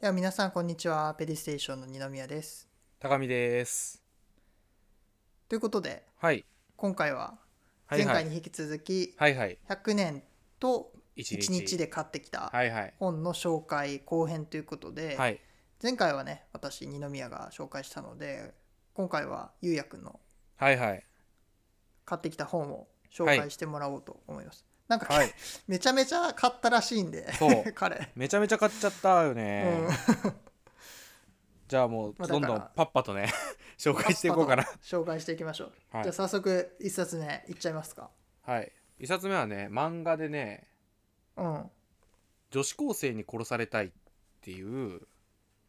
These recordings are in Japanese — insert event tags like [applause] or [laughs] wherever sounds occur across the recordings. では皆さんこんにちはペディステーションの二宮です高見です。ということではい。今回ははい前は回い。に引き続きはいはい。 100年と一1日。で買ってきたはいはい。本の紹介後編ということで、はい。前回はね私二宮が紹介したので今回はゆうやくんのはいはい。買ってきた本を紹介してもらおうと思います、なんか、はい。 [laughs] めちゃめちゃ買ったらしいんでそう彼、めちゃめちゃ買っちゃったよね。うんじゃあもうまあどんどだんからパッパとね [laughs] 紹介していこうかな。紹介していきましょう、はいじゃあ早速一冊目いっちゃいますかはい。一冊目はね漫画でねうん女子高生に殺されたいっていう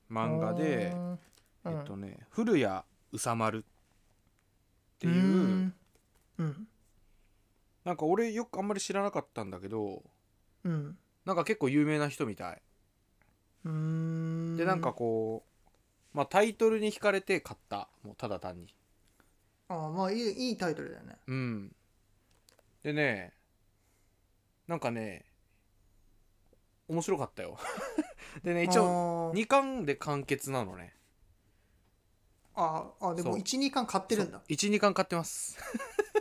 漫画で、うえんっとね古谷宇佐丸っていううんうんなんか俺よくあんまり知らなかったんだけどうんなんか結構有名な人みたい。うんでなんかこう、まあ、タイトルに惹かれて買ったもうただ単にあーまあいいいいタイトルだよねうんでねなんかね面白かったよ [laughs] でね一応応2巻で完結なのねあーあーでそもう12巻買ってるんだ12巻買ってます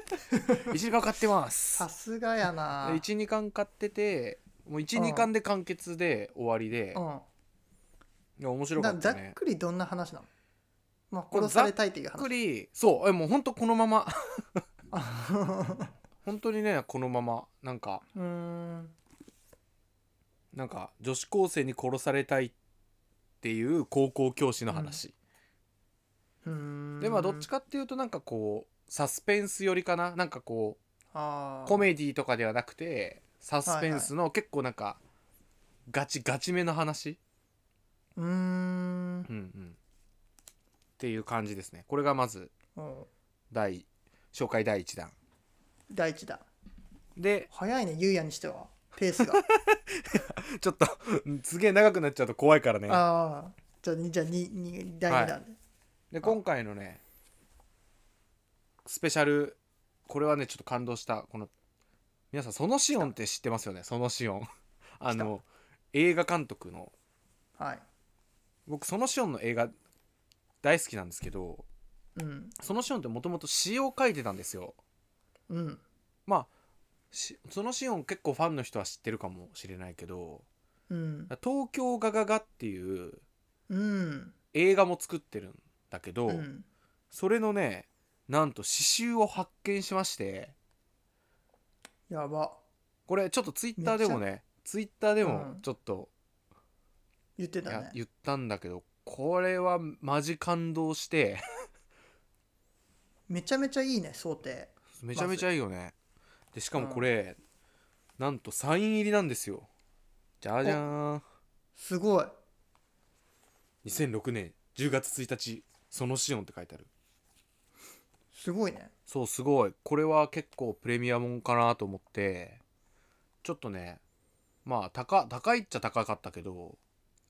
[laughs] 12巻買ってますさすがやな12巻買っててもうう12ん巻で完結で終わりでういや面ん白かだっざたっねくりどんな話なのまあこれ殺されたいっていうざっく話りそうえもうほんとこのま [laughs] まあ本当にねこのままなんかうーんなんか女子高生に殺されたいっていう高校教師の話、うーんでまあどっちかっていうとなんかこうサスペンス寄りかななんかこあーうコメディとかではなくてサスペンスの結構なんかガチガチめの話、うーんうんうん、っていう感じですねこれがまずうん第紹介第1弾第一弾で早いねゆうやにしてはペースが [laughs] ちょっと [laughs] すげえ長くなっちゃうと怖いからねああじゃあにじゃあにに第二弾で、で今回のねスペシャルこれはねちょっと感動したこの皆さんそのシオンって知ってますよねそのシオンあの映画監督のはい僕そのシオンの映画大好きなんですけどうんそのシオンってもともと詩を書いてたんですようんまあしそのシオン結構ファンの人は知ってるかもしれないけどうん「東京ガガガ」っていううん映画も作ってるんだけど、うんそれのねなんと詩集を発見しましてやばこれちょっとツイッターでもねツイッターでうもんちょっと、言っていたやね言ったんだけどこれはマジ感動して [laughs] めちゃめちゃいいね想定めちゃめちゃいいよねでしかもこれ、なんとサイン入りなんですよじゃじゃーんすごい2006年10月1日そのシオンって書いてあるすごいねそうすごいこれは結構プレミアムかなと思ってちょっとねまあ高高いっちゃ高かったけど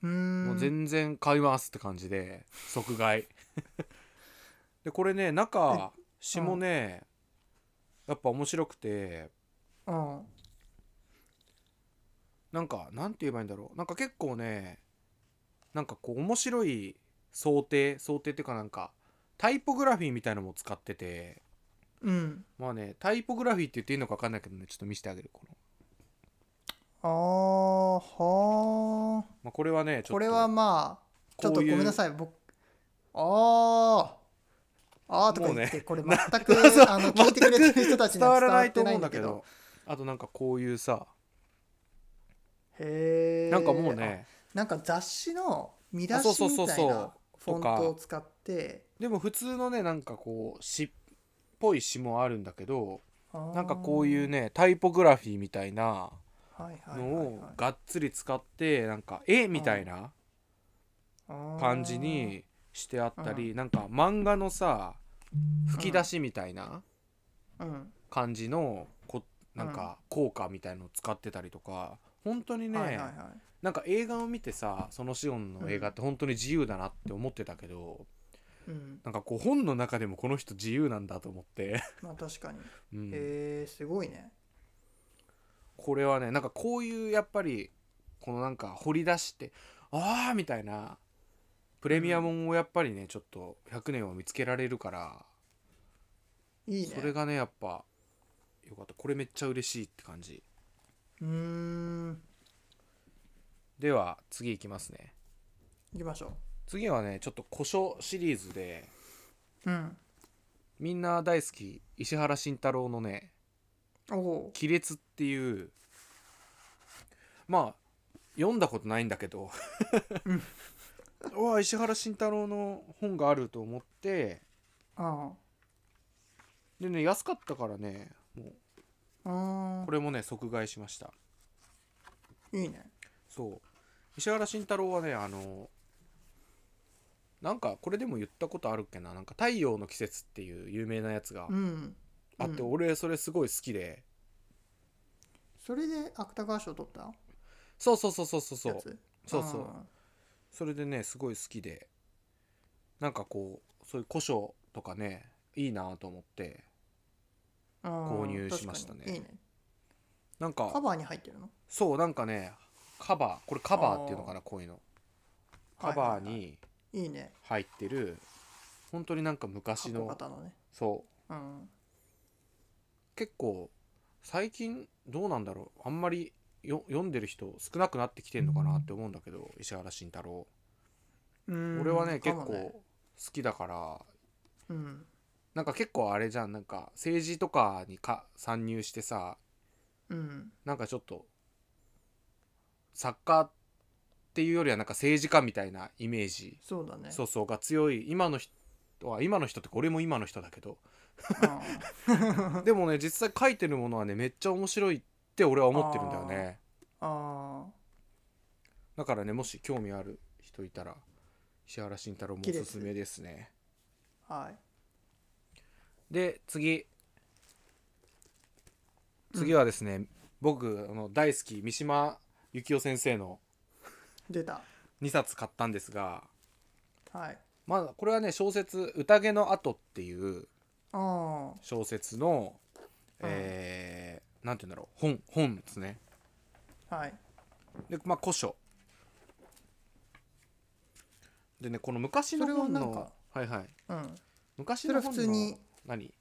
うーんもう全然買いますって感じで即買いでこれね中詩もね、やっぱ面白くてうんなんかなんて言えばいいんだろうなんか結構ねなんかこう面白い想定想定っていうかなんかタイポグラフィーみたいのも使っててうんまあねタイポグラフィーって言っていいのか分かんないけどねちょっと見せてあげるこの、あーはあまあ、これはねちょっとこれはまあちょっとごこういうめんなさい僕あーあーとかも言うって、ねこれ全く [laughs] そうあの聞いてくれてる人たちに伝はわ伝わらなっいとてな思いうんんだだけけどどあとなんかこういうさへえなんかもうねなんか雑誌の見出あそうしそうみそうたそいうなフォンとかトを使ってでも普通のねなんかこう詩っぽい詩もあるんだけどななんかこういうねタイポグラフィーみたいなのをがっつり使ってなんか絵みたいな感じにしてあったりなんか漫画のさ吹き出しみたいなうん感じのこなんか効果みたいのを使ってたりとか本当にはいはいねはいなんか映画を見てさそのシオンの映画って本当に自由だなって思ってたけどうんなんかこう本の中でもこの人自由なんだと [laughs] 思って、まあ確かにうんへえすごいねこれはねなんかこういうやっぱりこのなんか掘り出してああみたいなプレミアムをやっぱりねちょっと100年を見つけられるからいいねそれがねやっぱよかったこれめっちゃ嬉しいって感じうーんでは次いきますね行きましょ次はねちょっと古書シリーズでううんみんな大好き石原慎太郎のねおお「亀裂」っていうまあ読んだことないんだけど [laughs] うわ石原慎太郎の本があると思ってあでね安かったからねもうああこれもね即買いしましたれいいねそう石原慎太郎はねあのなんかこれでも言ったことあるっけな「なんか太陽の季節」っていう有名なやつがうんあって、うん俺それすごい好きでそれで芥川賞取ったそうそうそうそうそうそやうつそうそうあそれでねすごい好きでなんかこうそういう古書とかねいいなと思ってあああ購入しましたね確かにいいねなんカかバーに入ってるのそうなんかねカバーこれカバーっていうのかなこういうのカはいはバーいはいにいいね入ってる本当になんか昔箱の型のねそううん結構最近どうなんだろうあんまりよ読んでる人少なくなってきてんのかなって思うんだけど石原慎太郎うん俺はねか結も構好きだからうんなんか結構あれじゃんなんか政治とかにか参入してさうんなんかちょっと作家っていうよりはなんか政治家みたいなイメージ、そうだねそうそうが強い今の人は今の人ってか俺も今の人だけどあでもね実際書いてるものはねめっちゃ面白いって俺は思ってるんだよねああだからねもし興味ある人いたら石原慎太郎もおすすめですねあはいで次次はですね、僕あの大好き三島由紀夫先生の出た2冊買ったんですがはいまあこれはね小説「宴の後」っていうあ小説の、うんえーなんて言うんだろう本本ですねあはいでまあ古書でねこの昔のそれは本なのんかはいはいうん昔それのは本普の通に何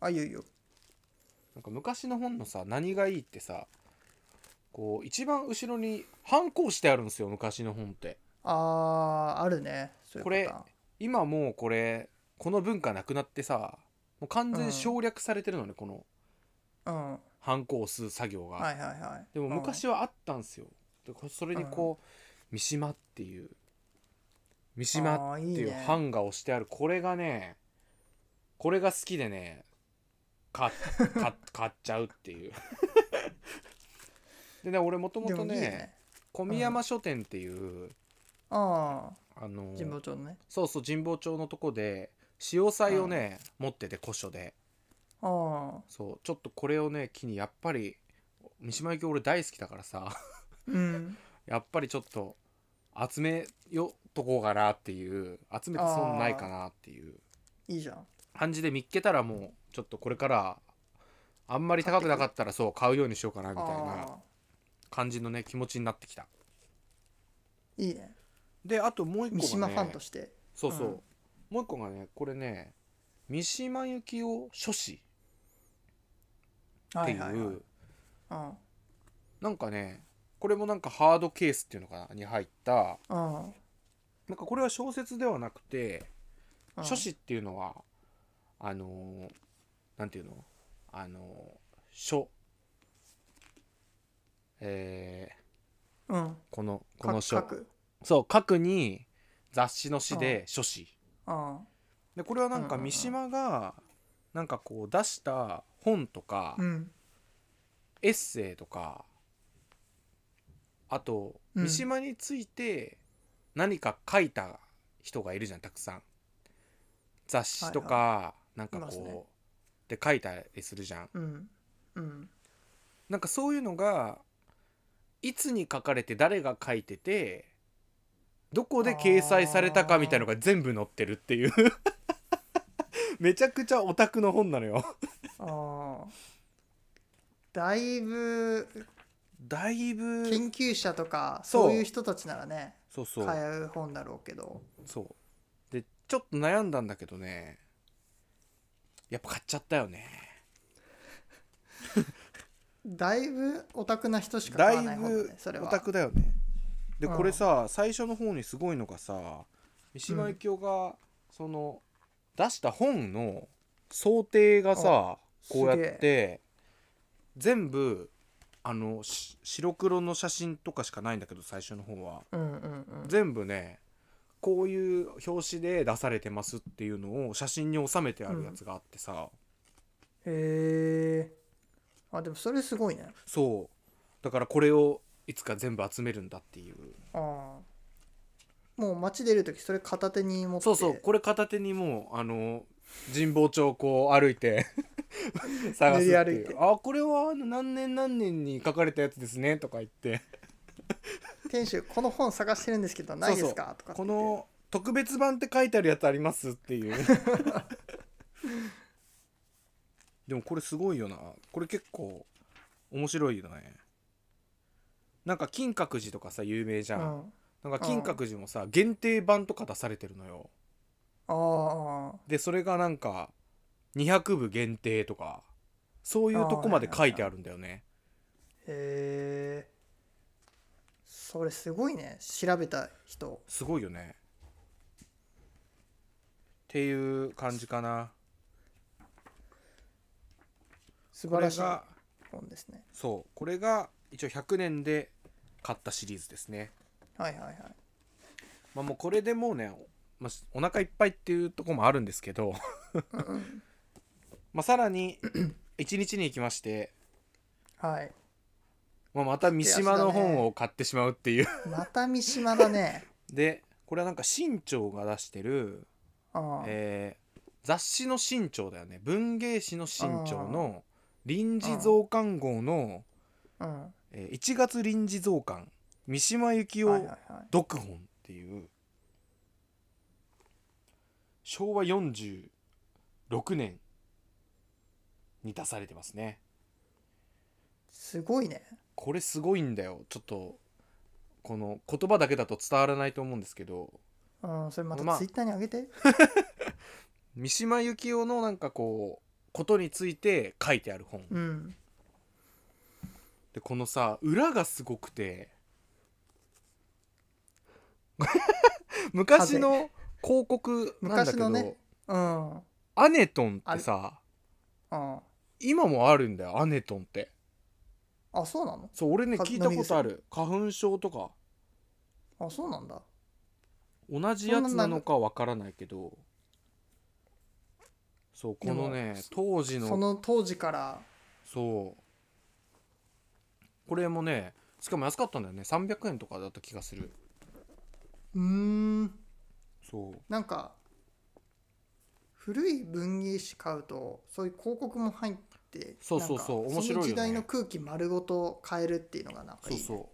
あいいよいいよなんか昔の本のさ何がいいってさこう一番後ろに反抗してあるんですよ昔の本ってあーあるねそういうこれパターン今もうこれこの文化なくなってさもう完全に省略されてるのね、このうん反抗する作業が、はいはいはいでも昔ははあったんですよでこそれにこう、三島っていう三島っていう版画をしてあるこれがねこれが好きでね [laughs] 買っ買っ買っちゃうっていうでね俺もともでともいいねね小宮山書店っていう、ああのあ神保町のねそうそう神保町のとこで潮祭をね、持ってて古書でああそうちょっとこれをね機にやっぱり三島由紀夫俺大好きだからさうんやっぱりちょっと集めよとこうかなっていう集めて損ないかなっていういいじゃん感じで見っけたらもうちょっとこれからあんまり高くなかったらそう買うようにしようかなみたいなあ感じのね気持ちになってきたーいいねであともう一個が、ね、三島ファンとしてそうそう、うんもう一個がねこれね三島由紀夫書士っはてい、いうはいはいうんあなんかねこれもなんかハードケースっていうのかなに入ったあなんかこれは小説ではなくてうん書士っていうのはあのーなんていうのあのー書えーうんこのこのか書書くそう書くに雑誌の詩で書士あでこれはなんかうんうんうん三島がなんかこう出した本とかあうんエッセイとかあとうん三島について何か書いた人がいるじゃんたくさん雑誌とか、なんかいますねこう、で書いたりするじゃんうんうんなんかそういうのがいつに書かれて誰が書いててどこで掲載されたかみたいのが全部載ってるっていう [laughs] めちゃくちゃオタクの本なのよああだいぶだいぶ研究者とかそうそういう人たちならねそうそ買うう本だろうけどそうでちょっと悩んだんだけどねやっぱ買っちゃったよねだいぶオタクな人しかだ買わないい本だぶねそれオはタクだよねでうんこれさ最初の方にすごいのがさ三島由紀夫がその出した本の想定がさこうやっすげて全部あのし白黒の写真とかしかないんだけど最初の方はうんうんうん全部ねこういう表紙で出されてますっていうのを写真に収めてあるやつがあってさ、へえあでもそれすごいねそうだからこれをいつか全部集めるんだっていうああもう街出る時それ片手に持ってそうそうこれ片手にもうあの神保町をこう歩い [laughs] て探すっ練てり歩いいうてあこれは何年何年に書かれたやつですねとか言って店主この本探してるんですけどないですかとかって言こっての特別版って書いてあるやつありますっていう [laughs] でもこれすごいよなこれ結構面白いよねなんか金閣寺とかさ有名じゃん、うんなんか金閣寺もさ限定版とか出されてるのよああああでそれがなんか200部限定とかそういうとこまで書いてあるんだよねへえそれすごいね調べた人すごいよねっていう感じかな素こ晴れらしいが本ですねそうこれが一応100年で買ったシリーズですねはいはいはいまあもうこれでもうねお,、まあ、お腹いっぱいっていうとこもあるんですけど [laughs] まあさらに1日に行きまして、はいまあ、また三島の本を買ってしまうっていうまた三島だ [laughs] ねでこれはなんか新潮が出してるああえー雑誌の新潮だよね文芸誌の新潮の臨時増刊号の、うんえー1月臨時増刊三島由紀はいはい夫はい読本っていう昭和46年に出されてますねすごいねこれすごいんだよちょっとこの言葉だけだと伝わらないと思うんですけどうんそれままたあツイッターにあげて三島由紀夫のなんかこうことについて書いてある本うんでこのさ裏がすごくて [laughs] 昔の広告なんだけど、昔のねうんうんアネトンってさあ今もあるんだよアネトンってそうなのそう俺ねか聞いたことある花粉症とかあそうなんだ同じやつなのかわからないけどそうこのでもね当時のその当時からそうこれもねしかも安かったんだよね300円とかだった気がするうーんそうなんか古い文芸誌買うとそういう広告も入ってそうそうそうなんか面白いよねその時代の空気丸ごと変えるっていうのがなんかいそいうねそう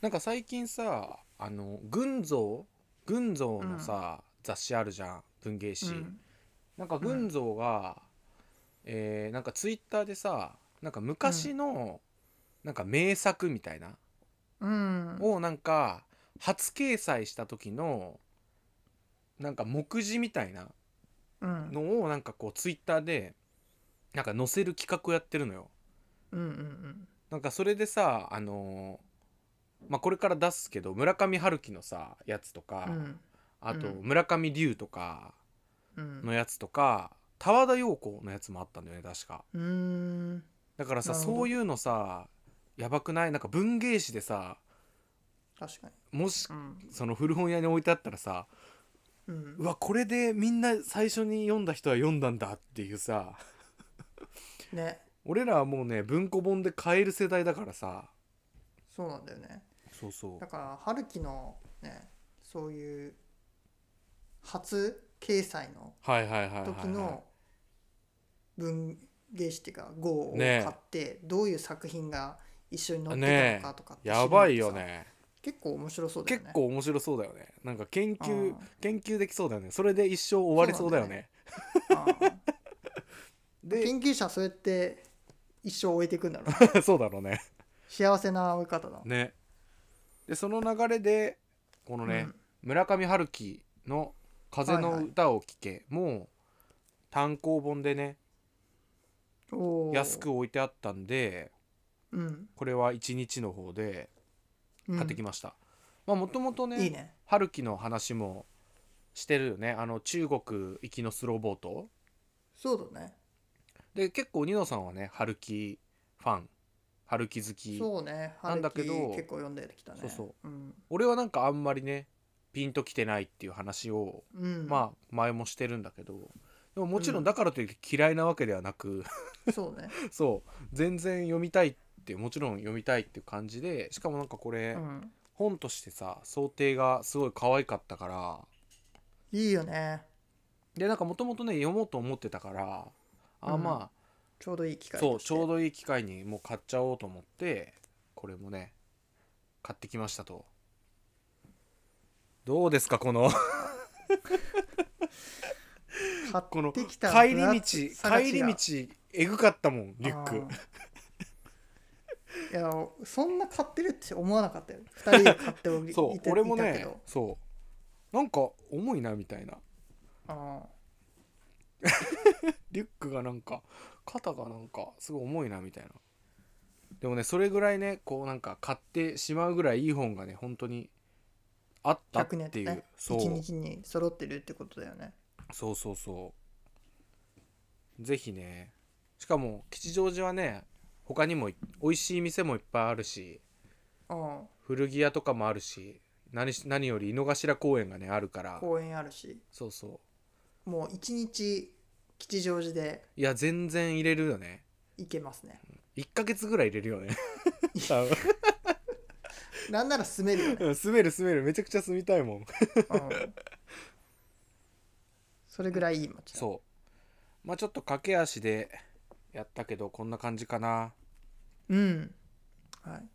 なんか最近さあの群像群像のさ、雑誌あるじゃん文芸誌、うんなんか群像が、えーなんかツイッターでさなんか昔の、なんか名作みたいな、うんをなんか初掲載した時のなんか目次みたいなうんのをなんかこうツイッターでなんか載せる企画をやってるのようんうんなんかそれでさあのーまあこれから出すけど村上春樹のさやつとか、うんあとうん村上龍とかうんのやつとか、田和田陽子のやつもあったんだよね確かうーんだからさなるほどそういうのさやばくないなんか文芸誌でさ確かにもしうんその古本屋に置いてあったらさうんうわこれでみんな最初に読んだ人は読んだんだっていうさね俺らはもうね文庫本で買える世代だからさそうなんだよねそうそだから春樹のねそういう初掲載のはいはいはいはい、はい、時の文芸誌っていうか号を買ねえってどういう作品が一緒に載ってねたのかとかって知るのやってさばいよね結構面白そうだよ結ね構面白そうだよねなんか研究あー研究できそうだよねそれで一生終わりそうだよねうんで [laughs] 研究者はそうやって一生終えていくんだろうねそうだろうね幸せな追い方だねでその流れでこのね、うん村上春樹の「風の歌を聴け」も単行本でねおー安く置いてあったんでうんこれは1日の方でうん買ってきました、まあもともといいねね春樹の話もしてるよねあの中国行きのスローボートそうだねで結構ニノさんはね春樹ファン春樹好きそうねなんだけど春樹結構読んできたね、そうそうん俺はなんかあんまりねピンときてないっていう話をうん、まあ前もしてるんだけどでももちろうんんだからといって嫌いなわけではなく、 [laughs] あそうね、そう全然読みたいってもちろん読みたいっていう感じでしかもなんかこれ、うん、本としてさ想定がすごい可愛かったからいいよねでなんかもともとね読もうと思ってたからあーうんまちょうどいい機あ、会そうちょうどどいい機会にもう買っちゃおうと思ってこれもね買ってきましたとどうですかこのこの買っ帰てりきた道分厚帰さが違うり道えぐかったもんリュックあー [laughs] いやそんな買ってるって思わなかったよ2人で買っており [laughs] そいうて俺もいたけねどそうなんか重いなみたいなあリュックがなんか肩がなんかすごい重いなみたいなでもねそれぐらいねこうなんか買ってしまうぐらいいい本がね本当にあったーっ100年ってていう、ねそう1日に揃ってるってことだよねそうそうそうぜひねしかも吉祥寺はね他にもい美味しい店もいっぱいあるしあ古着屋とかもあるし何し何より井の頭公園がねあるかあら公園あるしそうそうもう1日吉祥寺でいや全然入れるよね行けますね1ヶ月ぐらい入れるよね [laughs] 多分なんなら住めるよね、 [laughs] うん住める住めるめちゃくちゃ住みたいもんうん、それぐらいいい街だそうまあちょっと駆け足でやったけどこんな感じかなうん、はい、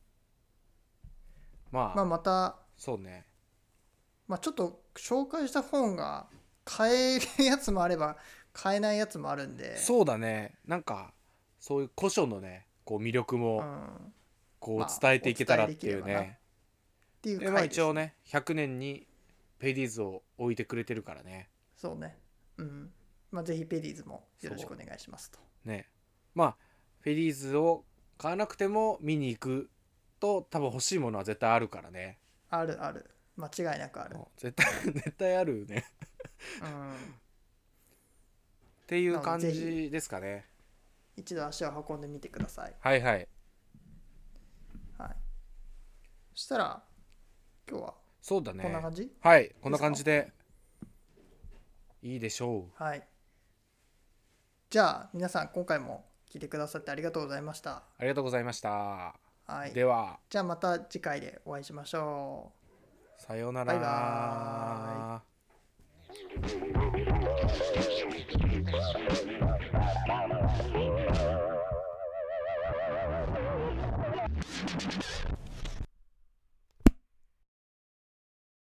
まあ、まあまた、そうねまあ、ちょっと紹介した本が買えるやつもあれば買えないやつもあるんでそうだねなんかそういう古書のねこう魅力うもん、っこまうあ伝えていけたらっていうお伝えでね、ていうでまあ回です一応ね100年にペディーズを置いてくれてるからねそうねうんまあぜひペディーズもよろしくお願いしますとねまあフェリーズを買わなくても見に行くと多分欲しいものは絶対あるからねあるある間違いなくある、絶対 [laughs] 絶対あるよねうん、っていう感なのでぜじですかね一度足を運んでみてください、はいはいはい、そしたら今日はそうだねこんな感じ、はいこんな感じでいいでしょうはいじゃあ皆さん今回も聞いてくださってありがとうございました、ありがとうございました、はい、ではじゃあまた次回でお会いしましょうさようならバイバ「